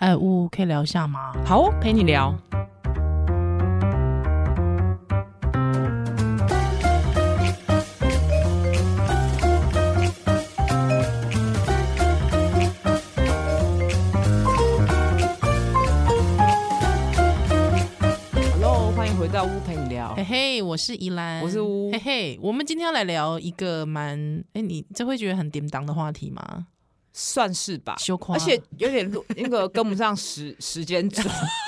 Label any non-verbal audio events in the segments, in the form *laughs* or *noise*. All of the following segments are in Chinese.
哎，呜，可以聊一下吗？好哦，陪你聊。Hello，欢迎回到屋陪你聊嘿。嘿，我是宜兰，我是乌嘿嘿，我们今天要来聊一个蛮……哎，你这会觉得很叮当的话题吗？算是吧，羞夸而且有点录那个跟不上时时间轴，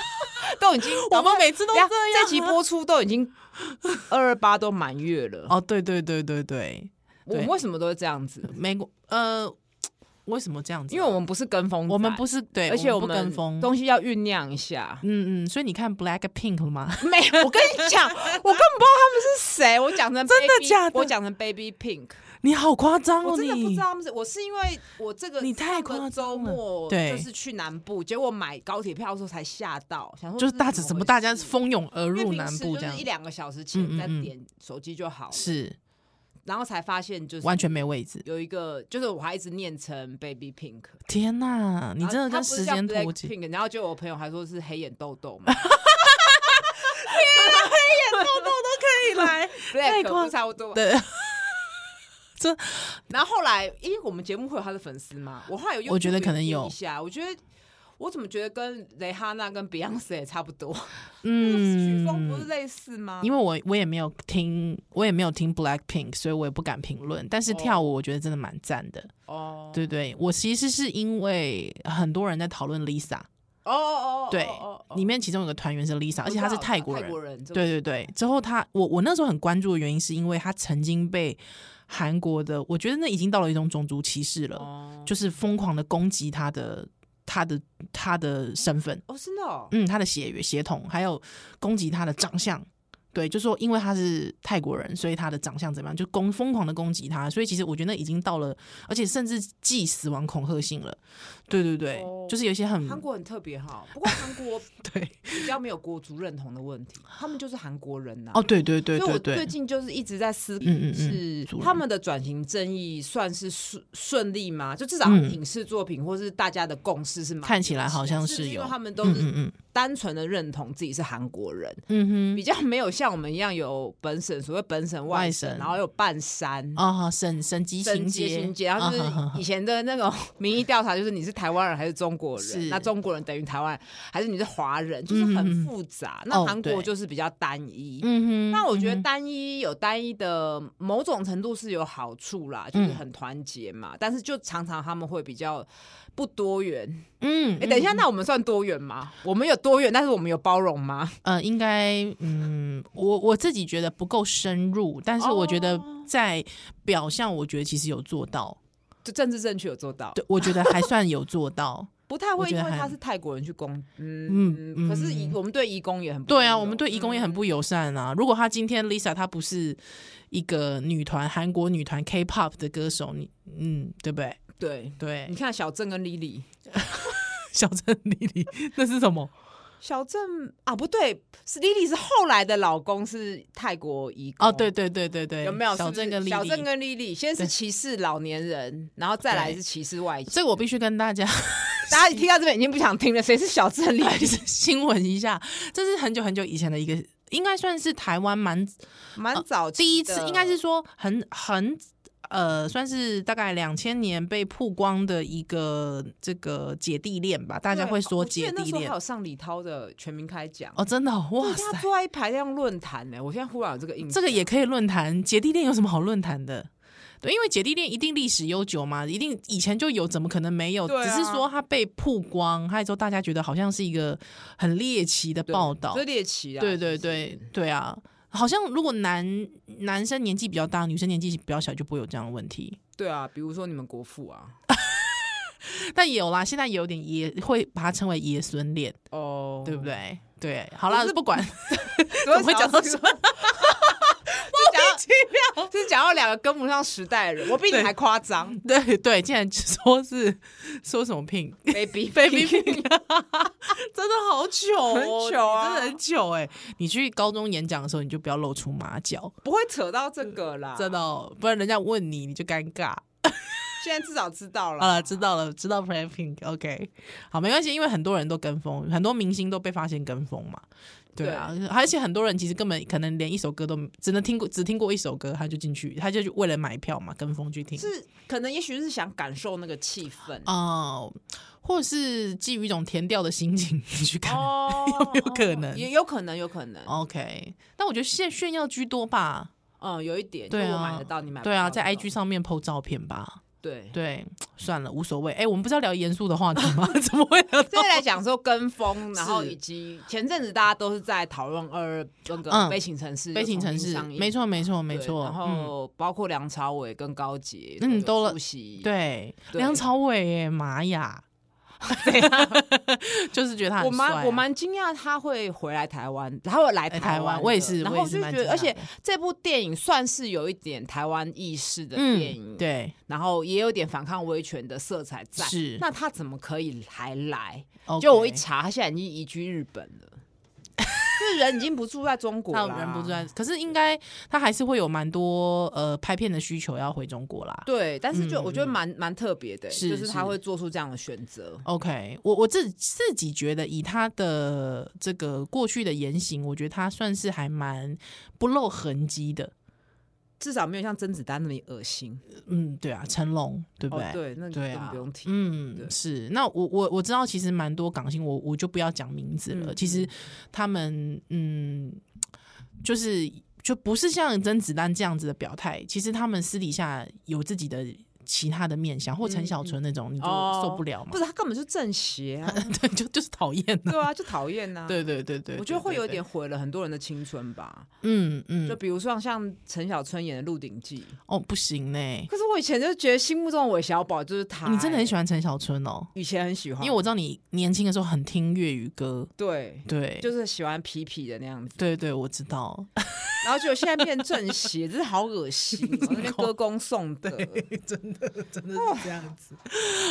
*laughs* 都已经我们每次都这等一下样。啊这啊集播出都已经二二八都满月了，哦，对对对对对，我们为什么都是这样子？美国呃，为什么这样子啊？因为我们不是跟风仔，我们不是对，而且我我们不们跟风。。东西要酝酿一下 *laughs* 嗯嗯，所以你看 Black Pink 了吗？ *laughs* 没，我跟你 *laughs* 讲，我根本不知道他们是谁，我讲成真的 baby- 假的我讲成 Baby Pink，你好夸张哦，我真的不你知道他们是，我是因为我这个你太上个夸张周了末对就是去南部，结果买高铁票的时候才吓到，想说就是这大怎家么怎么回大家事蜂拥而因为入平南时部这就是样一，两个小时嗯嗯前再嗯点手机就好了，是然后才发现就是完全没位置。有一个，就是我还一直念成 Baby Pink，天呐，你然后真的啊它跟不是时叫间脱 Black 节。 Pink，然后就我朋友还说是黑眼豆豆啊嘛可以来，太，Black 夸不差不多。对，然后后来，因为我们节目会有他的粉丝嘛，我后来有我觉得 YouTube 可能听有一下，我觉得我怎么觉得跟蕾哈娜跟 Beyonce 也差不多，曲风不是嗯，类似吗？因为我我也没有听，我也没有听 Black Pink，所以我也不敢评论。但是哦跳舞，我觉得真的蛮赞的。哦，对对，我其实是因为很多人在讨论 Lisa，哦哦哦，对哦哦，里面其中有个团员是 Lisa，而且她是我知道泰国泰人国。人，这哦对我对对，之后他我我那时候很关注的原因，是因为他曾经被韩国的，我觉得那已经到了一种种族歧视了，哦，就是疯狂的攻击他的他的他的身份，哦，真的哦，嗯，他的血血统，还有攻击他的长相。对，就说因为他是泰国人，所以他的长相怎么样，就攻疯狂的攻击他，所以其实我觉得那已经到了，而且甚至既死亡恐吓性了。对对对，哦就是有一些很韩国很特别哈，不过韩国对比较没有国族认同的问题，他们就是韩国人呐、哦，对对对所以对我最对，近就是一直在思考，嗯嗯嗯是族人他们的转型正义算是顺顺利吗？就至少嗯影视作品或是大家的共识是蛮看起来好像是不是因有为，他们都嗯嗯是嗯单纯的认同自己是韩国人，嗯哼，比较没有像我们一样有本省所谓本省外外省，省然后有半山。啊、省省级省情级节，情节，然后就啊哈哈是以前的那种 *laughs* 民意调查，就是你是台湾人还是中国是人？那中国人等于台湾人，还是你是华人？就是嗯嗯嗯很复杂。哦那韩对国就是比较单一，嗯哼，那我觉得嗯哼单一有单一的某种程度是有好处啦，就是嗯很团结嘛。但是就常常他们会比较不多元。嗯，哎、等一下，嗯，那我们算多元吗？我们有多元，但是我们有包容吗？呃，应该，嗯，我我自己觉得不够深入，但是我觉得哦在表象，我觉得其实有做到，就政治正确有做到，对，我觉得还算有做到。不太我会觉因得为还他是泰国人去攻，嗯嗯嗯。可是移嗯我们对移工也很不 *laughs* 嗯对啊，包容我们对义工也很不友善啊。如果他今天 Lisa 她不是一个女团，韩国女团 K-pop 的歌手，你嗯，对不对？对。对你，看小郑跟莉莉， *laughs* 小镇丽丽，那是什么？小郑啊不对，是莉莉是后来的老公是泰国移工哦，对对对对对，有没有？小是镇跟丽不是丽？小郑跟莉莉，先对是歧视老年人，然后再来对是歧视外籍。这个我必须跟大家 *laughs* 大家听到这边已经不想听了，谁是小郑莉来就莉？是新闻一下，这是很久很久以前的一个，应该算是台湾蛮蛮早期哦的、第一次，应该是说很很呃，算是大概两千年被曝光的一个这个姐弟恋吧，大家对会说我记姐得那弟时候还恋有上李涛的全民开讲，哦，真的哦、对哇大家塞，坐在一排那样论坛呢。我现在忽然有这个印象，这个也可以论坛，姐弟恋有什么好论坛的？对，因为姐弟恋一定历史悠久嘛，一定以前就有，怎么可能没有？对啊只是说它被曝光，还有之后大家觉得好像是一个很猎奇的对报道，这猎奇啊，对对是不是对，对啊，好像如果男男生年纪比较大，女生年纪比较小，就不会有这样的问题。对啊，比如说你们国父啊，但有啦，现在有点爷会把它称为爷孙恋，哦，对不？对？对，好啦，我是不管， *laughs* *laughs* 怎么会讲到说？莫其妙， *laughs* 就是讲到两个跟不上时代的人，我比你对还夸 *laughs* 张对对，竟然说是说什么 *laughs* 聘，baby *laughs* baby 聘， *laughs* 真的好糗哦，很糗啊你真的很糗哎、你去高中演讲的时候，你就不要露出马脚，不会扯到这个啦，真的哦、不然人家问你，你就尴尬。现在至少知道好了。了，知道了，知道 Blackpink，OK，、好，没关系，因为很多人都跟风，很多明星都被发现跟风嘛，对啊，而且很多人其实根本可能连一首歌都只能听过，只听过一首歌，他就进去，他就为了买票嘛，跟风去听，是可能也许是想感受那个气氛哦、或是基于一种填调的心情 *laughs* 去看、哦有 *laughs* 没有可能哦也有可能，有可能。 o k 但我觉得现在炫耀居多吧，嗯，有一点，对就啊我买得到，你买不到对啊，在那 IG 种上面 PO 照片吧，对。对，算了，无所谓，哎、我们不是要聊严肃的话题吗？ *laughs* 怎么会聊 *laughs* 到现在来讲说跟风，然后哦是以及前阵子大家都是在讨论二二那个嗯悲情城市，悲情城市，没，错，没错，没对错，然嗯后包括梁朝伟跟高洁，嗯都了出席，对，对梁朝伟耶，玛雅， *laughs* 啊就是觉得他很我帅啊蛮我蛮惊讶他会回来台湾，他会来来台台湾的我也是然我后也我是就觉蛮得，惊而讶且的这部电影算是有一点台湾意识的电影，嗯，，对，然后也有点反抗威权的色彩在。是那他怎么可以还来？ OK 就我一查，他现在已经移居日本了，这人已经不住在中国他了，人不在，可是应该他还是会有蛮多呃拍片的需求要回中国啦。对，但是就嗯我觉得蛮蛮特别的、欸是就是他是会做出这样的选择。 OK，我我自自己觉得，以他的这个过去的言行，我觉得他算是还蛮不露痕迹的。至少没有像甄子丹那么恶心，嗯，对啊，成龙，对不哦对？，对，那个对根本啊，不用提。对嗯，是。那我我我知道，其实蛮多港星，我我就不要讲名字了。嗯其实他们，嗯，就是就不是像甄子丹这样子的表态，其实他们私底下有自己的。其他的面相，或陈小春那种，你就受不了嘛？嗯哦不是，他根本是正邪啊， *laughs* 对，就就是讨厌呐。对啊，就讨厌呐。对对对对，我觉得对会有，对点对毁了很多人的青春吧。嗯嗯，就比如说像陈小春演的《鹿 *laughs* 鼎记哦，不行呢、》，可是我以前就觉得心目中的韦小宝就是他、你真的很喜欢，欢陈小春哦，以前很喜欢，因为我知道你年轻的时候很听粤语歌，对。对，就是喜欢痞痞的那样子，对对，我知道，然后就现在变正邪，真是好恶心、 *laughs* 哦，那边歌功颂德，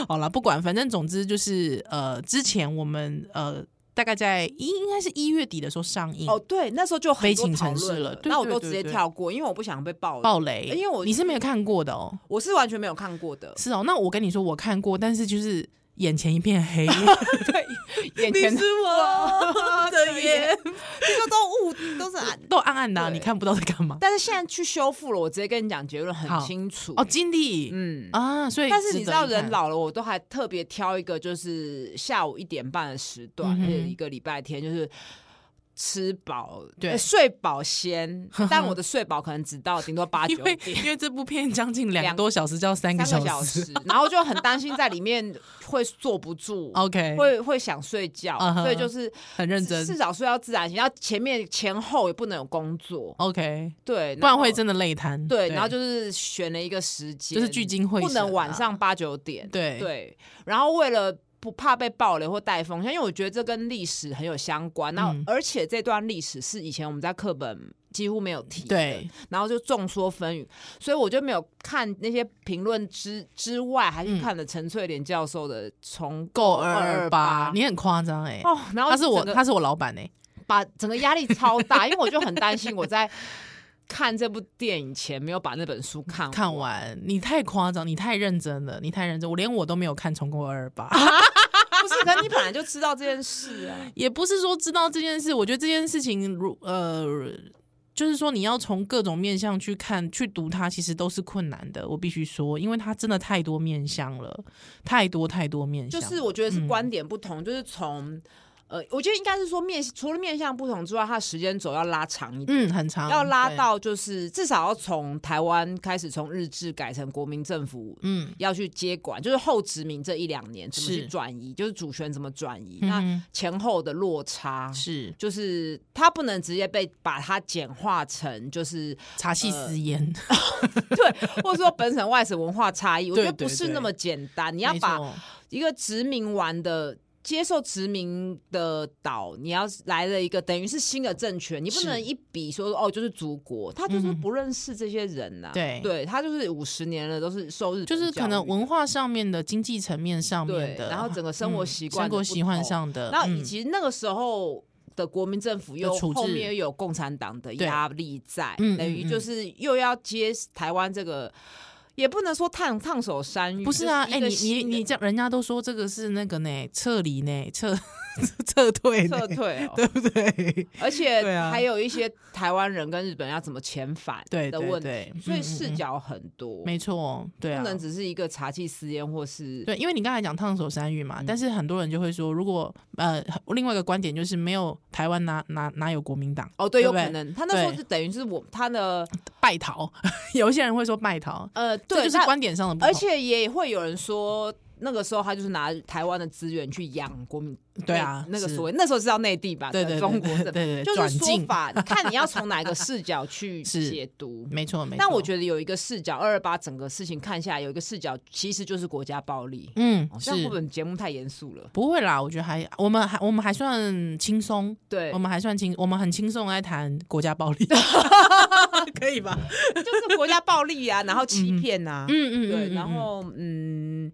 好了，不管，反正总之就是呃，之前我们呃，大概在一应该是一月底的时候上映。哦，对，那时候就很悲多情讨城市论了对那我对都对直接对跳过，因为我不想被爆暴雷，因为我你是没有看过的哦，我是完全没有看过的，是哦。那我跟你说，我看过，但是就是眼前一片 *laughs* 黑，眼你前是我的 *laughs* 眼，这个都雾都是暗都暗暗的啊、对你看不到在干嘛？但是现在去修复了，我直接跟你讲结论很好清楚。哦，经理、嗯，啊，所以但是你值知得道一人看老了，我都还特别挑一个就是下午一点半的时段，嗯哼而且一个礼拜天就是。吃饱对呃睡 *laughs* 饱先，但我的睡饱可能只到顶多八九因为点，因为这部片将近两两个多小时，就要三个三小个小时，然后就很担心在里面会坐不 *laughs* 住 OK， *laughs* 会会想睡觉哦嗯哼所以就是很认真至少睡到自然醒，要前面前后也不能有工作， OK，对，不然会真。真的累瘫。对，然后就是选了一个时间，就是聚精会神不啊能晚上八九点。对对，然后为了。不怕被暴雷或带风向，因为我觉得这跟历史很有相关。那、嗯而且这段历史是以前我们在课本几乎没有提的，对，然后就众说纷纭，所以我就没有看那些评论之之外，还去嗯看了陈翠莲教授的《重够二二八228，你很夸张哎，哦，然后他是我整个他是我老板哎。把整个压力超大，因为我就很担心我在看这部电影前没有把那本书看看完，你太夸张，你太认真了，你太认真，我连我都没有看《重过二二八》， *laughs* 不是，可你本来就知道这件事啊。也不是说知道这件事，我觉得这件事情如呃。就是说，你要从各种面向去看、去读它，其实都是困难的。我必须说，因为它真的太多面向了，太多太多面就向。嗯是我觉得是观点不同，就是从呃，我觉得应该是说面除了面向不同之外，它时间轴要拉长一点。嗯，很长，要拉对，到就是至少要从台湾开始，从日治改成国民政府，嗯，要去接管，就是后殖民这一两年怎么去是转移，就是主权怎么转移，嗯那哼前后的落差。是就是它不能直接被把它简化成，就是 *laughs* 茶气呃私烟，对，或者说本省外省文化差异，我觉对得不对是对那么简单。你要没把错一个殖民完的。接受殖民的岛，你要来了一个等于是新的政权，你不是能一比说哦，就是祖国，他就是嗯哼不认识这些人呐、对对他就是五十年了都是受日本就是可教能育文化上面的、经济层面上面对，的，嗯然后整个生活习惯生的不同、活习惯上的，那嗯以及那个时候的国民政府又的处置后面又有共产党的压力在，嗯嗯等于嗯就是又要接台湾这个，也不能说烫烫手山芋，不是啊，就哎、一个你你新的你这样，人家都说这个是那个呢，撤离呢， *laughs* 撤撤退呢，撤退、哦，对不对？ *laughs* 而且对啊还有一些台湾人跟日本要怎么遣返对的对问对题，所以嗯嗯视嗯角很多，没错，对不啊，能只是一个茶气私烟或是对，因为你刚才讲烫手山芋嘛，嗯但是很多人就会说，如果呃，另外一个观点就是没有台湾哪哪哪有国民党哦，对对，有不对可能他那时候对就等于是我他的败逃， *laughs* 有一些人会说败逃，呃，这对，就是那观点上的不同，而且也会有人说。那个时候，他就是拿台湾的资源去养国民，对啊那那个是所谓那时候是叫内地吧，对对对中国对对对就是转说进 *laughs* 法，看你要从哪一个视角去是解读。没错没错，但我觉得有一个视角，二二八整个事情看下来，有一个视角其实就是国家暴力。得，嗯，哦是哦这样会不会节目太严肃了？不会啦，我觉得还我们还我们还算轻松，对我，们还算轻，我们很轻松地在谈国家暴 *laughs* 力，可以吧？就是国家暴力啊，然后欺骗啊，嗯嗯，对，嗯然。嗯后嗯，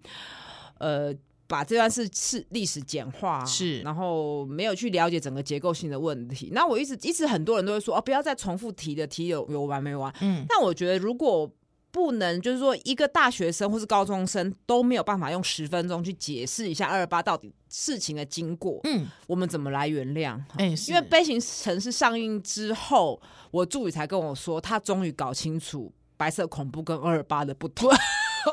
呃，把这段事是历史简化，是然后没有去了解整个结构性的问题。那我一直一直很多人都会说，哦，不要再重复提的题有有完没完。嗯但我觉得如果不能，就是说一个大学生或是高中生都没有办法用十分钟去解释一下二二八到底事情的经过，嗯，我们怎么来原谅？哎、是因为《悲情城市》上映之后，我助理才跟我说，他终于搞清楚白色恐怖跟二二八的不同。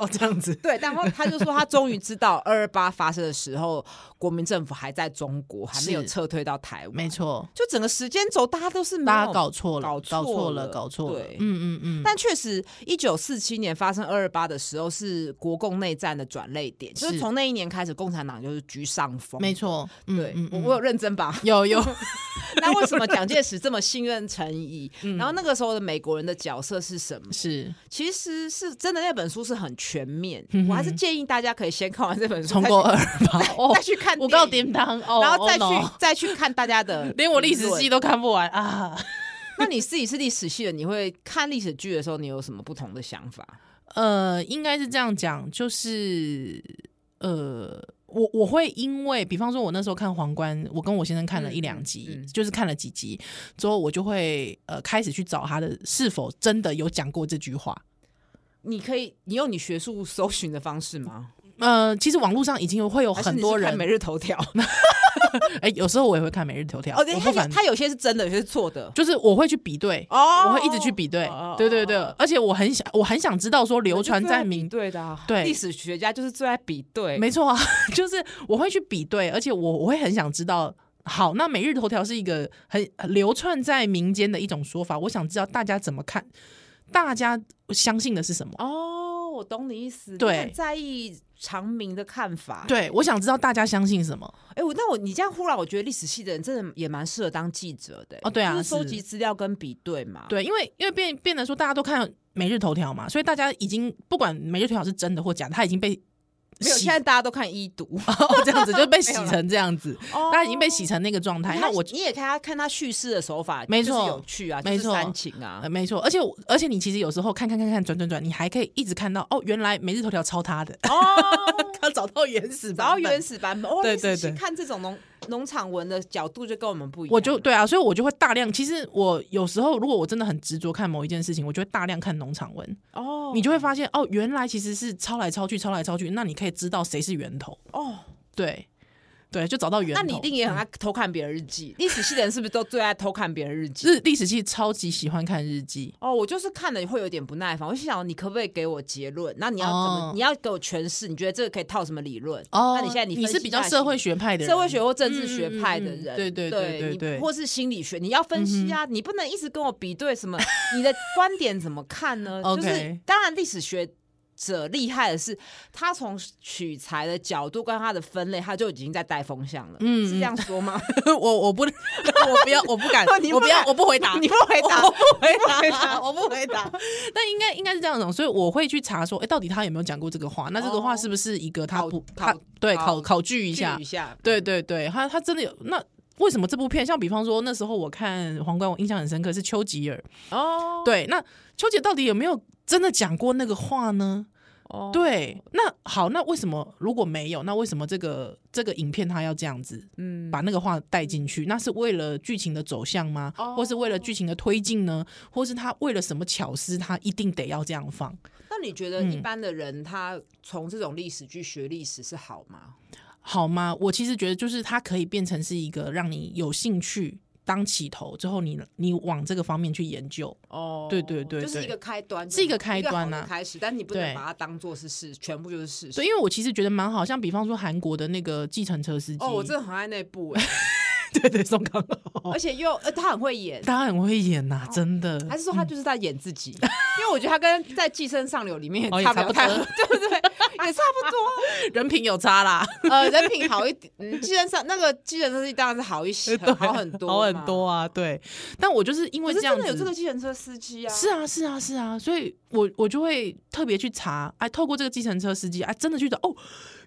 哦 *laughs* 这样 *laughs* 子，对，然后他就说，他终于知道二二八发生的时候，国民政府还在中国，还没有是撤退到台湾。没，错，就整个时间轴大家都是没大有家搞错了，搞搞错错了，了搞错了，对嗯嗯嗯，但确实，一九四七年发生二二八的时候，是国共内战的转类点，就是是从那一年开始，共产党就是居上风。没，错，嗯对、嗯我嗯我有认 *laughs* 真吧？有有，那为什么蒋介石这么信任陈仪？嗯然后那个时候的美国人的角色是什么？是其实是真的，那本书是很全面。嗯哼我还是建议大家可以先看完这本书，通过再二去二八， *laughs* 哦 *laughs* 再，去看我电告影点当，哦，然后再去、哦，no，再去看大家的 *laughs* 连我历史系都。都看不完啊。那你自己是历史系的，你会看历史剧的时候，你有什么不同的想法？呃，应该是这样讲，就是呃，我我会因为，比方说，我那时候看《皇冠》，我跟我先生看了嗯一两嗯集，嗯就是看了几集之后，我就会呃开始去找他的是否真的有讲过这句话。你可以，你用你学术搜寻的方式吗？呃，其实网络上已经有会有还是哦很你是多看人，每日头条哎、有时候我也会看《每日头条》哦，对我它不有反，它有些是真的，有些是错的。就是我会去比对，哦我会一直去比对，哦对对对，哦哦而且我很想，我很想知道说流传在民对的、啊，对历史学家就是最爱比对。没错啊， *laughs* 就是我会去比对，而且我我会很想知道。好，那每日头条是一个很很流窜在民间的一种说法，我想知道大家怎么看，大家相信的是什么？哦，我懂你意思。你对很在意长明的看法。，对，我想知道大家相信什么。哎、我那我你这样忽然，我觉得历史系的人真的也蛮适合当记者的、欸哦对啊就是收是集资料跟比对嘛。对，因为因为变变得说大家都看每日头条嘛，所以大家已经不管每日头条是真的或假的，它已经被没有，洗现在大家都看一 *laughs* 读， *laughs* 哦这样子，就被洗没有啦成这样子，大大家已经被洗成那个状态。那我哎你也看他看他叙事的手法，没就是错有趣啊，没就是错煽情啊呃，，没错，而且我而且你其实有时候看看看看转转转，你还可以一直看到哦，原来每日头条抄他的，哦， *laughs* 他找到原始然后原始。始版本，哦，对历史对系对看这种农农场文的角度就跟我们不一样，我就对啊，所以我就会大量。其实我有时候如果我真的很执着看某一件事情，我就会大量看农场文，哦，你就会发现哦，原来其实是抄来抄去，抄来抄去，那你可以知道谁是源头。哦，对，对，就找到源那头。嗯你一定也很爱偷看别人日记，历史系的人是不是都最爱偷看别人日记？日历史系超级喜欢看日记，哦，我就是看了会有点不耐烦，我就想你可不可以给我结论？那你要怎么？哦你要给我诠释？你觉得这个可以套什么理论？哦，那你现在你你分析是比较一下社会学派的人，社会学或政治学派嗯的嗯嗯嗯人，对对对对你对嗯或是心理学，你要分析啊，你不能一直跟我比对什么，你的观点怎么 *laughs* 看呢？就 OK 是当然历史学。者厉害的是，他从取材的角度跟他的分类，他就已经在带风向了。嗯是这样 *laughs* 说吗？ *laughs* 我我不我不要我不敢 *laughs* 你，我不不要敢我不回答， *laughs* 你不回答，啊我不回回答，答我不回答。但应该应该是这样的，所以我会去查说，哎，到底他有没有讲过这个话？那这个话哦是不是一个他考不考他对考考考据一一下一？下，对对对，他他真的有那。为什么这部片像比方说那时候我看《皇冠》，我印象很深刻是丘吉尔。哦，对，那丘吉尔到底有没有真的讲过那个话呢？哦，对，那好，那为什么如果没有，那为什么这个这个影片它要这样子嗯，把那个话带进去？那是为了剧情的走向吗？哦或是为了剧情的推进呢？或是他为了什么巧思，他一定得要这样放？那你觉得一嗯般的人他从这种历史剧学历史是好吗？好吗？我其实觉得，就是它可以变成是一个让你有兴趣当起头之后你，你往这个方面去研究。哦对对对就是一对个开端就好，是一个开端呐、啊开始，但你不能对把它当做是事，全部就是事实所以，。因为我其实觉得蛮好，像比方说韩国的那个计程车司机，哦，我真的很爱那 *laughs* 部、欸，对对宋康昊， *laughs* 而且又呃，他很会演，他嗯很会演呐、真的。哦还是说他就是在演自己？因为我觉得他跟在《寄生上流》里面哦也差不了差太，不多 *laughs* 对不对？也差 *laughs* 人品有差 *laughs* 啦， *laughs* 不多，呃，人品好一点。嗯，寄生上那个寄生司机当然是好一 *laughs* 些，好很多，好很多。啊，对。但我就是因可为是这样真子，的有这个计程车司机啊？是啊，是啊，是啊，所以我我就会特别去查，哎，透过这个计程车司机，哎，真的去找哦，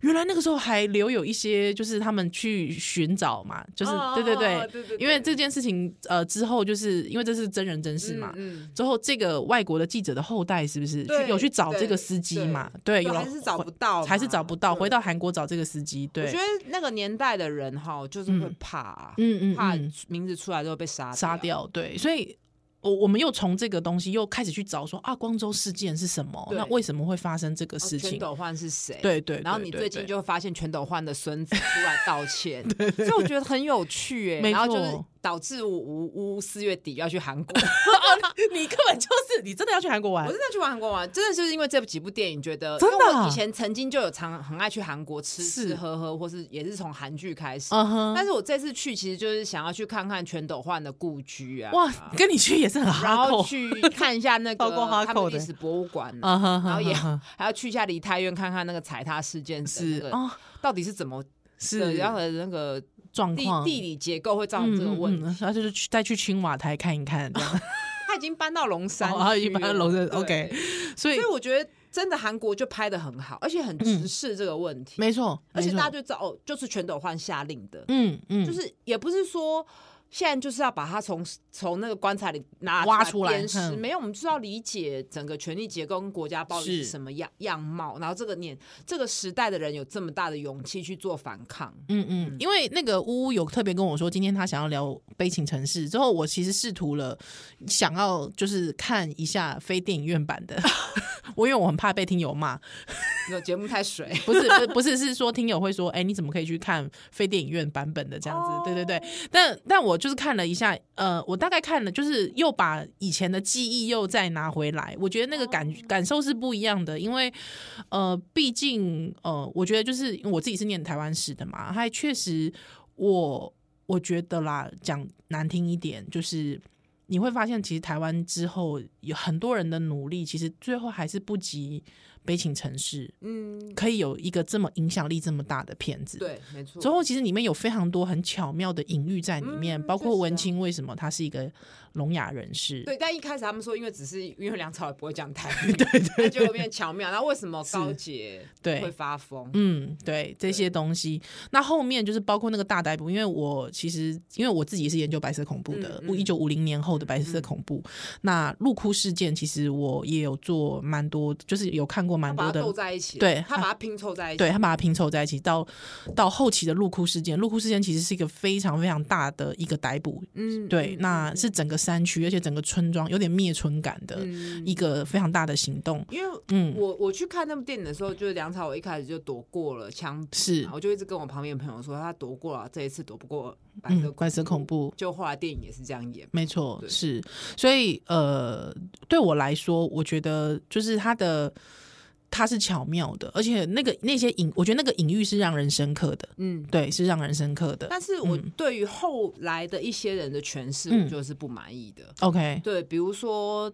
原来那个时候还留有一些，就是他们去寻找嘛，就是、哦对对哦哦对，对对对因为这件事情，呃，之后就是因为这是真人真事嘛，嗯，嗯之后这个外国的记者的后代是不是对去有去找这对个司机对嘛？对，有对了还是找回不到嘛，还是找不到，对回到韩国找这个司机，对，我觉得那个年代的人哈，就是会怕啊、嗯嗯怕嗯名字出来之后被杀杀掉。掉，对，所以。我我们又从这个东西又开始去找说啊，光州事件是什么？对那为什么会发生这个哦事全情？斗焕是谁？对对对然后你对最近对就会发现全斗焕的孙子出来 *laughs* 道歉，所以我觉得很有趣哎、没然后就是错导致我无无四月底要去韩 *laughs* 国， *laughs* 你根本就是你真的要去韩国玩我真？的去韩国玩，真的就是因为这几部电影，觉得真的啊因为我以前曾经就有常很爱去韩国吃是吃喝喝，或是也是从韩剧开始。嗯哼，但是我这次去其实就是想要去看看全斗焕的故居啊， *laughs* 哇，跟你去也是很然哈后扣，去看一下那个超过哈他扣们的历史博物馆啊、啊哈哈，然后也哈 *laughs* 哈还要去一下梨泰院看看那个踩踏事件的那是个啊，到底是怎么是怎样的那个状地况地理结构会造嗯成这个问嗯题？嗯然后就是去再去青瓦台看一看，这样他已经搬到龙山哦去了，他已经搬到龙山对 OK *laughs* 所以所以我觉得真的韩国就拍的很好，而且很直视这个问题，嗯没错，而且没错大家就知道哦，就是全斗焕下令的，嗯嗯，就是也不是说。现在就是要把它从从那个棺材里拿挖出来鞭尸嗯没有，我们就是要理解整个权力结构跟国家暴力是是什么样样貌，然后这个年这个时代的人有这么大的勇气去做反抗，嗯嗯，因为那个呜呜有特别跟我说，今天他想要聊《悲情城市》之后，我其实试图了想要就是看一下非电影院版的， *laughs* 我因为我很怕被听友骂，有节目太水，不是不是不是是说听友会说，哎、你怎么可以去看非电影院版本的这样子？对对对，但但我就是看了一下，呃，我大概看了，就是又把以前的记忆又再拿回来，我觉得那个感、感受是不一样的，因为呃，毕竟呃，我觉得就是我自己是念台湾史的嘛，还确实我我觉得啦，讲难听一点就是。你会发现，其实台湾之后有很多人的努力，其实最后还是不及《悲情城市》。嗯，可以有一个这么影响力这么大的片子。。对，没错，之后其实里面有非常多很巧妙的隐喻在里面，嗯包确括实啊文青为什么他是一个聋哑人士，对，但一开始他们说，因为只是因为梁朝伟不会讲台 *laughs* 语，对对，结果变巧妙。然后为什么高杰对会发疯？嗯，对这些东西。那后面就是包括那个大逮捕，因为我其实因为我自己是研究白色恐怖的嗯，嗯一九五零年后的白色恐怖。那入窟事件，其实我也有做蛮多，就是有看过蛮他把多它的斗在一起了，对他他把它拼凑在一起，对他把它拼凑在一起，到到后期的入库事件，入库事件其实是一个非常非常大的一个逮捕，嗯，嗯，对，那是整个山区，而且整个村庄有点灭村感的嗯一个非常大的行动。因为嗯，我我去看那部电影的时候，就是梁朝伟一开始就躲过了枪毙是嘛，我就一直跟我旁边的朋友说他躲过了，这一次躲不过白色嗯，怪色恐。怖，就后来电影也是这样演，没错，对是，所以呃，对我来说，我觉得就是它的它是巧妙的，而且那个那些隐，我觉得那个隐喻是让人深刻的，嗯。对，是让人深刻的。但是我嗯对于后来的一些人的诠释，嗯我就是不满意的。 OK，对，比如说，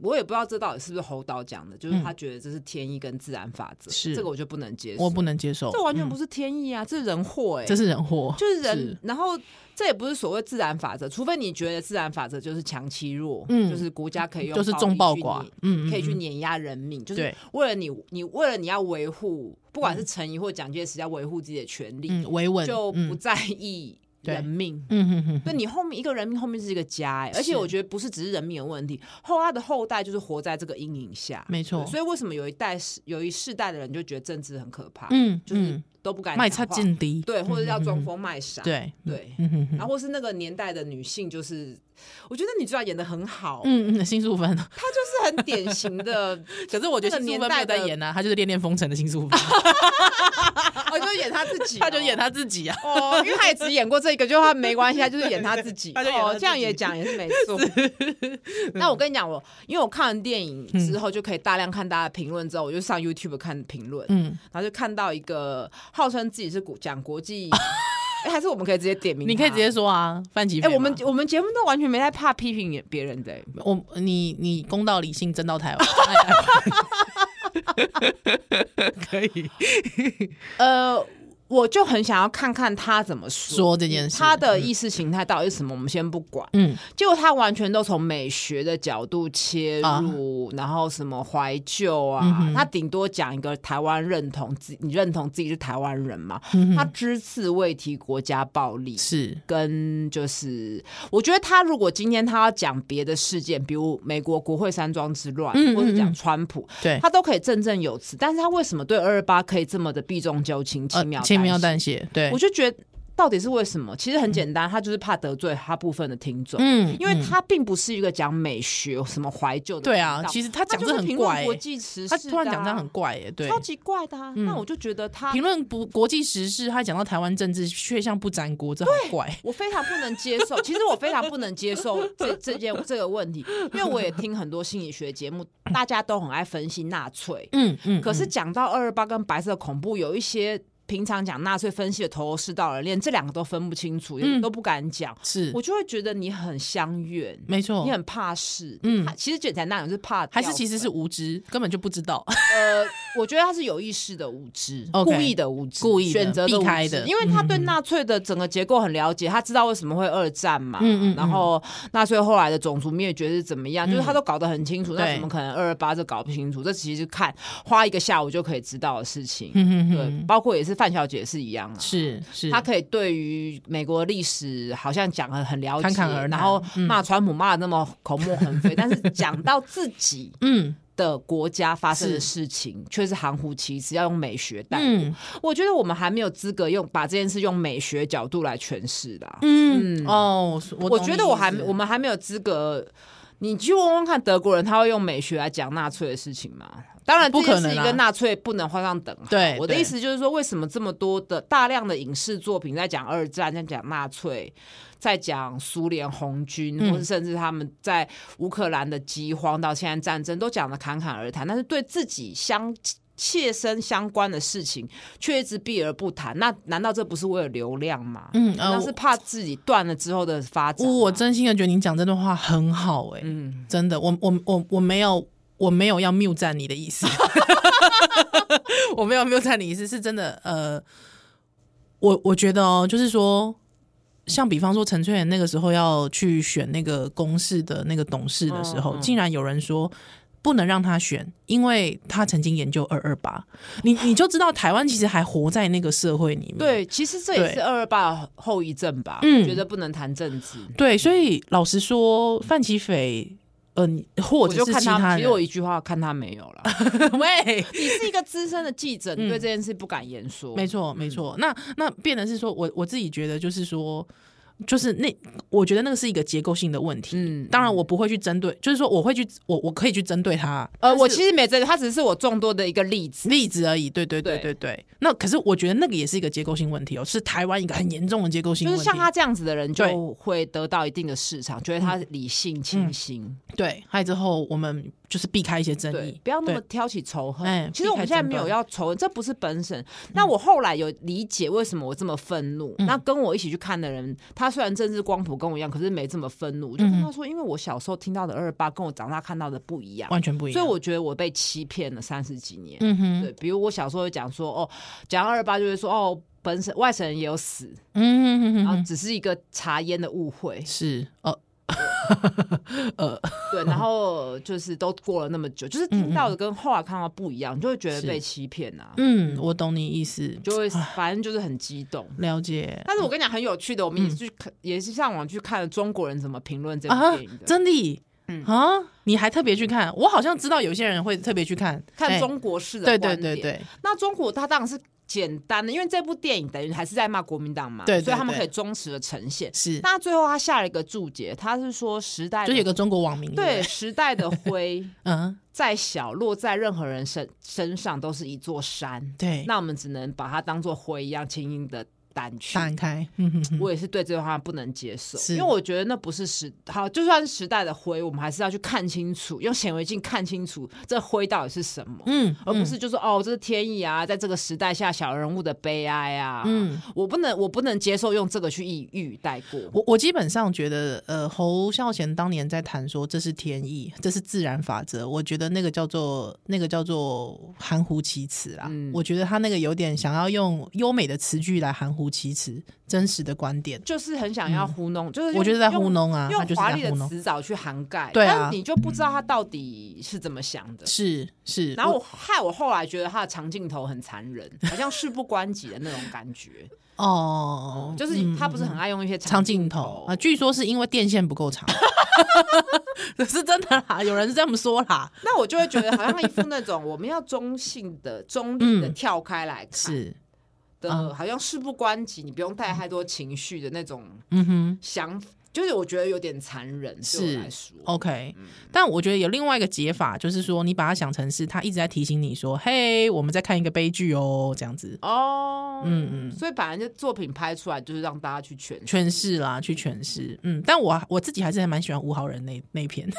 我也不知道这到底是不是侯导讲的，就是嗯他觉得这是天意跟自然法则，是这个我就不能接受。我不能接受，这完全嗯不是天意啊，这是人祸哎、这是人祸，就是人，然后这也不是所谓自然法则，除非你觉得自然法则就是强欺弱，嗯就是国家可以用就是力重暴去寡碾，嗯，嗯可以去嗯碾压人民，就是对为了你，你为了你要维护，不管是陈怡或蒋介石要维护自己的权利，嗯维稳，就不嗯在意对人命。嗯嗯嗯对你后面一个人命后面是一个家、欸，而且是我觉得不是只是人民的问题，后他的后代就是活在这个阴影下，没错对所以为什么有一代是有一世代的人就觉得政治很可怕，嗯就是嗯都不敢卖讲差话劲敌，对，或者要装嗯嗯嗯疯卖傻，对对嗯嗯然后或是那个年代的女性，就是我觉得你主要演的很好，嗯嗯，新淑芬，她就是很典型的， *laughs* 可是我觉那得新个淑年芬没代有在的演啊，她就是《恋恋风尘》的新淑 *laughs* 芬，哦，就演她自 *laughs* 己、她就演。她自己啊。哦，因为她也只演过这个，就她没关系，她就是演她自 *laughs* 己。她就演她哦，自这样也己讲也是没错。那我跟你讲，我因为我看完电影嗯之后，就可以大量看大家的评论，之后我就上 YouTube 看评论，嗯，然后就看到一个号称自己是国讲国际， *laughs* 哎还是我们可以直接点名，你可以直接。说啊，范吉飞哎、嘛。我们我们节目都完全没在怕批评别人的、哎我你你公道理性，真到 *laughs* 台湾哎哎。可以呃，我就很想要看看他怎么说说这件事，他的意识形态到底是什么，我们先不管。嗯结果他完全都从美学的角度切啊入，然后什么怀旧嗯啊，哼他顶多讲一个台湾认同自，你认同自己是台湾人嘛？嗯他哼，只字未提国家暴力。是跟就是，我觉得他如果今天他要讲别的事件，比如美国国会山庄之乱，嗯嗯或是讲嗯川普，对，他都可以振振有词，但是他为什么对二二八可以这么的避重就轻、轻描呃轻描淡淡写，对写？我，就觉得到底是为什么？其实很简单，他就是怕得罪他部分的听众，嗯因为嗯他并不是一个讲美学、什么怀旧的频道。对啊，其实他他讲就是这很评论怪欸，国际时事、他突然讲这样很。怪耶，对啊超。级怪的、啊，嗯那我就觉得他评论不国际时事，他讲到台湾政治，却像不沾锅，这好怪。 *laughs* 我非常不能接受，其实我非常不能接受这这件这个问题，因为我也听很多心理学节目，大家都很爱分析纳粹，嗯嗯，可是嗯讲到二二八跟白色恐怖，有一些平常讲纳粹分析的头头是道的，连这两个都分不清楚，嗯都不敢讲，是我就会觉得你很相怨，没错你，很怕事。嗯他其实简单那种是怕掉还粉，是其实是无知，根本就不知道。呃，我觉得他是有意识的无知 OK 故意的无知，故意的选择无避开知的因为他对嗯嗯纳粹的整个结构很了解，他知道为什么会二战嘛，嗯嗯嗯嗯然后纳粹后来的种族灭绝是怎么样，就是他都搞得很清楚，那对怎么可能二二八这搞不清楚？这其实看花一个下午就可以知道的事情， *laughs* 嗯嗯对，嗯，包括也是范小姐也是一样啊，是是，他可以对于美国历史好像讲的很了解，侃侃而谈然后嗯骂川普骂的那么 *laughs* 口沫横飞，但是讲到自己嗯的国家发生的是事情却是含糊其辞，要用美学带。嗯我觉得我们还没有资格用把这件事用美学角度来诠释的啊、嗯哦，我我懂觉你得我意还思我们还没有资格。你去问问看德国人，他会用美学来讲纳粹的事情吗？当然，不可这件事能情啊跟纳粹不能画上等号。对我的哎对意思就是说，为什么这么多的大量的影视作品在讲二战，在讲纳粹，在讲苏联红军，嗯或是甚至他们在乌克兰的饥荒到现在战争，都讲的侃侃而谈，但是对自己相切身相关的事情却一直避而不谈？那难道这不是为了流量吗？嗯呃那是怕自己断了之后的发展我吗。我真心的觉得你讲这段话很好哎、嗯，真的，我我我我没有我没有要谬赞你的意 *laughs* 思， *laughs* 我没有谬赞你的意思，是真的。呃，我我觉得哦，就是说，像比方说陈翠妍那个时候要去选那个公示的那个董事的时候，嗯嗯竟然有人说。不能让他选，因为他曾经研究二二八，你你就知道台湾其实还活在那个社会里面。对，其实这也嗯对是二二八后遗症吧。嗯觉得不能谈政治。对，所以老实说，范琪斐呃，你或我者就是看其他他，其人实我一句话看他没有了。 *laughs* 喂， *laughs* 你是一个资深的记者，你对嗯这件事不敢言说。没错，没错。那那变的是说，我我自己觉得就是说，就是那我觉得那个是一个结构性的问题。嗯当然我不会去针对，就是说我会去，我我可以去针对他。呃，但我是其实没这个，他只是我众多的一个例子。例子而已，对对对对对对。那可是我觉得那个也是一个结构性问题哦，是台湾一个很严重的结构性就问是题。像他这样子的人，对就会得到一定的市场，觉得他理性清嗯新，对，还有之后我们就是避开一些争对议，，不要那么对挑起仇恨。哎其实我们现在没有要仇恨，这不是本嗯身。那我后来有理解为什么我这么愤怒。嗯那跟我一起去看的人，他虽然政治光谱跟我一样，可是没这么愤怒。我就嗯跟他说，因为我小时候听到的二八跟我长大看到的不一样，完全不一样。所以我觉得我被欺骗了三十几年。嗯哼，对，比如我小时候会讲说，哦，讲二八就会说，哦，本省外省人也有死，嗯哼哼哼然后哼，只是一个茶烟的误会，是呃 *laughs* 对，然后就是都过了那么久，就是听到的跟后来看到不一样，你就会觉得嗯是被欺骗啊，嗯，我懂你意思，就会反正就是很激动。了解但是我跟你讲，很有趣的，我们也是去看，也是上网去看中国人怎么评论这部嗯啊电影，的。嗯真的。啊！你还特别去看？我好像知道有些人会特别去看看哎中国式的对观对点，对对，那中国它当然是简单的，因为这部电影等于还是在骂国民党嘛，对对所以他们对可以忠实的呈现。是，那最后他下了一个注解，他是说时代就的有个中国网民对不时代的灰嗯，再小，落在任何人身身上都是一座山。对，那我们只能把它当做灰一样轻轻的掸去。打开，嗯哼哼，我也是对这句话不能接受，是因为我觉得那不是时好，就算是时代的灰，我们还是要去看清楚，用显微镜看清楚这灰到底是什么。嗯，而不嗯是就说哦，这是天意啊，在这个时代下小人物的悲哀啊，嗯嗯，我不能我不能接受用这个去一一语带过，我我基本上觉得，呃，侯孝贤当年在谈说这是天意，这是自然法则，我觉得那个叫做那个叫做含糊其辞啦。嗯我觉得他那个有点想要用优美的词句来含糊其辞真实的观点，就是很想要糊弄，就是嗯我觉得在糊弄啊，他用用就是华在丽的糊弄。词藻去涵盖，对啊但你就不知道他到底是怎么想的。是是，然后我害我后来觉得他的长镜头很残忍，好像事不关己的那种感 *laughs* 觉，我哦，就是他不是很爱用一些长镜镜头啊，据说是因为电线不够长， *laughs* 是真的啦，有人是这么说啦，那我就会觉得好像一副那种我们要中性的、中立的嗯跳开来看，是，的，嗯好像事不关己，你不用带太多情绪的那种嗯哼。想，就是我觉得有点残忍，对是我来说。 OK，、但我觉得有另外一个解法，就是说你把它想成是他一直在提醒你说：“嘿，我们在看一个悲剧哦。”这样子哦，嗯嗯所以本来就作品拍出来就是让大家去诠释。诠释啦，去诠释。嗯，但我我自己还是还蛮喜欢吴豪人那那一篇。 *laughs*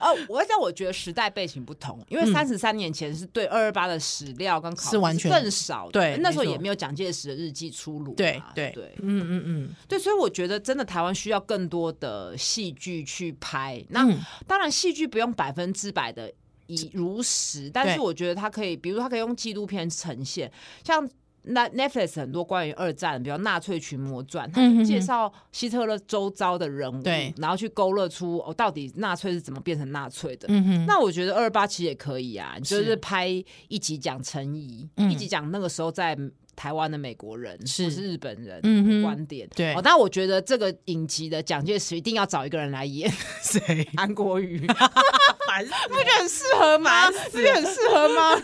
哦，我但我觉得时代背景不同，因为嗯三十三年前是对二二八的史料跟考是完全更少的，对那时候没错也没有蒋介石的日记出炉嘛，对对对嗯嗯嗯，对，所以我觉得真的台湾需要更多的戏剧去拍。那、嗯当然，戏剧不用百分之百的以如实，但是对我觉得它可以，比如它可以用纪录片呈现，像。那 Netflix 很多关于二战，比如《纳粹群魔传》，它嗯哼就哼介绍希特勒周遭的人物，对然后去勾勒出哦，到底纳粹是怎么变成纳粹的。嗯哼，那我觉得二八其实也可以啊，就是是拍一集讲陈怡，嗯一集讲那个时候在台湾的美国人是或是日本人嗯哼的观点。对哦，那我觉得这个影集的蒋介石一定要找一个人来 *laughs* 演谁韩国 *laughs* 瑜，烦死 *laughs* 了？这很适合吗？这很适合吗？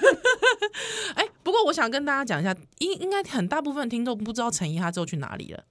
哎、不过我想跟大家讲一下，应应该很大部分听众不知道陈怡他之后去哪里了。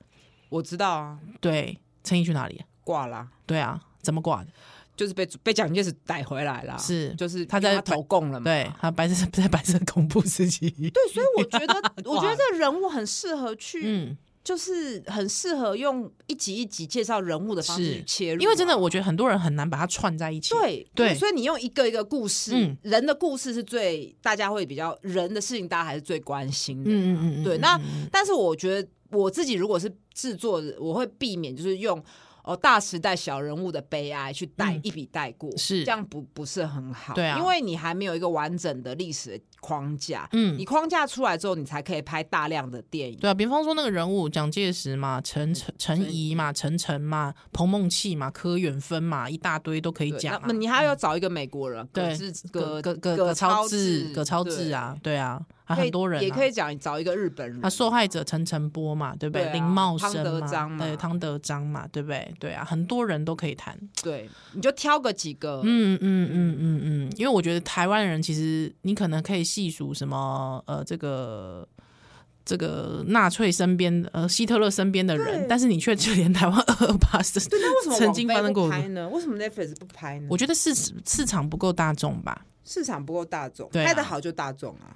*laughs* 我知道啊，对，陈怡去哪里了？挂啦。对啊，怎么挂的？就是被被蒋介石逮回来啦，是就是他在因为投共了嘛，对，他白色在白色恐怖时期。对，所以我觉 *laughs* 得我挂觉得了这个人物很适合去，嗯，就是很适合用一集一集介绍人物的方式是去切入啊，因为真的，我觉得很多人很难把它串在一起。对对所以你用一个一个故事，嗯人的故事是最大家会比较人的事情，大家还是最关心的。嗯，嗯嗯嗯，对，嗯那但是我觉得我自己如果是制作人，我会避免就是用。哦，大时代小人物的悲哀去带、嗯一笔带过，是这样不不是很好，对啊因为你还没有一个完整的历史的框架。嗯你框架出来之后，你才可以拍大量的电影。对啊，比方说那个人物蒋介石嘛，陈陈陈怡嘛，陈诚嘛，彭梦琪嘛，柯远芬嘛，一大堆都可以对讲、那啊么。你还要找一个美国人，葛对志，葛葛葛葛葛葛超志智，葛超智，啊，对啊，还很多人、啊、也可以讲找一个日本人啊，。受害者陈诚波嘛，对不对？对啊林茂生汤德章嘛对，汤德章嘛，对不对？对啊，很多人都可以谈。对，你就挑个几个，嗯嗯嗯嗯嗯，因为我觉得台湾人其实你可能可以细数什么呃，这个这个纳粹身边呃希特勒身边的人对，但是你却只连台湾二二八是对，那为什么曾经网发飞生不过的拍呢？为什么 Netflix 不拍呢？我觉得市市场不够大众吧。市场不够大众，对啊拍的好就大众啊。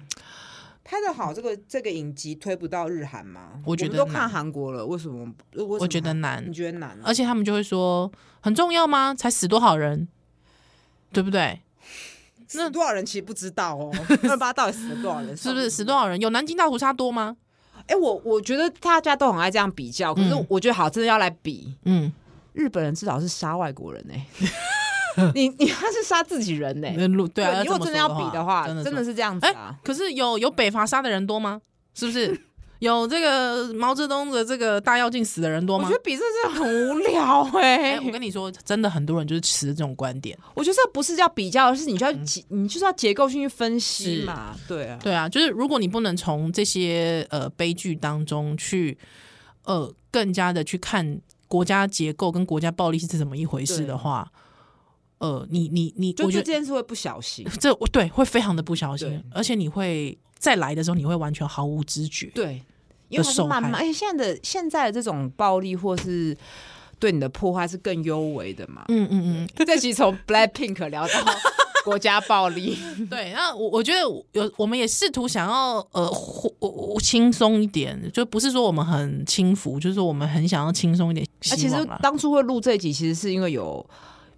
拍的好，这个这个影集推不到日韩吗？我觉得们都看难韩国了，为什么？为什么我觉得难呃你觉得难？而且他们就会说很重要吗？才死多少人，对不对？死多少人其实不知 *laughs* 道哦，二八到底死了多少人？是不是死多少人？有南京大屠杀多吗？哎、我我觉得大家都很爱这样比较，可是嗯我觉得好，真的要来比，嗯，日本人至少是杀外国 *laughs* 人哎、你你他是杀自己人呢、那路对啊，如果真的要比的话，真真的的是是这样子哎、啊。可是有有北伐杀的人多吗？是不是？ *laughs* 有这个毛泽东的这个大跃进死的人多我吗觉？得比这是很无聊哎、哎、我跟你说，真的很多人就是持这种观点。我觉得这不是叫比较，而是你就要结，你就是要结构性去分析嘛。对啊，嗯对啊，就是如果你不能从这些呃悲剧当中去呃更加的去看国家结构跟国家暴力是怎么一回事对的话，呃，你你你，就我就觉这得件事会不小 *laughs* 心。这我对会非常的不小心对，而且你会再来的时候，你会完全毫无知觉。对，因为它是受慢慢，害而且现在的现在的这种暴力或是对你的破坏是更幽微的嘛。嗯嗯嗯， *laughs* 这集从 Black Pink 聊到国家 *laughs* 暴力，对，那我我觉得有，我们也试图想要呃活呃轻松一点，就不是说我们很轻浮，就是说我们很想要轻松一点。啊，其希实望啦当初会录这一集，其实是因为有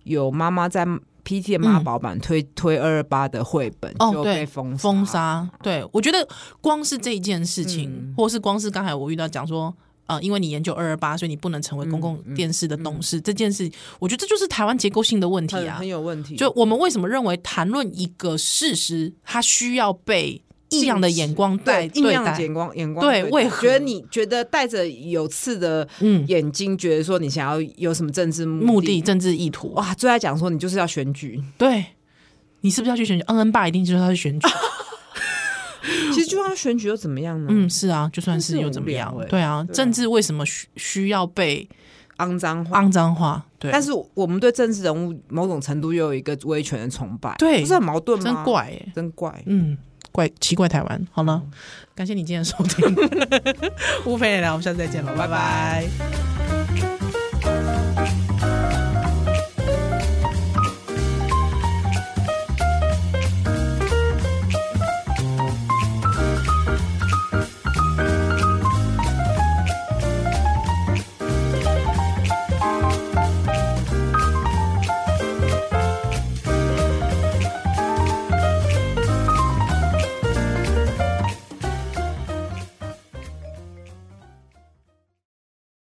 有妈妈在 PT 的妈宝版推、推二二八的绘本，嗯哦就对被封封。杀，对我觉得光是这一件事情，嗯或是光是刚才我遇到讲说。呃，因为你研究二二八，所以你不能成为公共嗯嗯电视的董事、这件事，我觉得这就是台湾结构性的问题很啊很。有问题，就我们为什么认为谈论一个事实，它需要被异样的眼光带对异对样的待？眼光眼光对待为何觉得你觉得戴着有刺的嗯，眼睛，觉得说你想要有什么政治目哦目的、政治意图，哇，哇，最爱讲说你就是要 *sniffs* 选举，对你是不是要去选举？恩恩爸一定就是要去选举。啊其实就算选举又怎么样呢？嗯，是啊，就算真是是又无怎么样聊？欸对啊，对啊政治为什么需需要被肮脏话。肮脏化？对，但是我们对政治人物某种程度又有一个威权的崇拜，对不是很矛盾吗？真，怪哎、真怪。嗯，怪奇怪台湾。嗯 *laughs* 好了，感谢你今天的收听，乌飞来聊，我们下次再见了，拜拜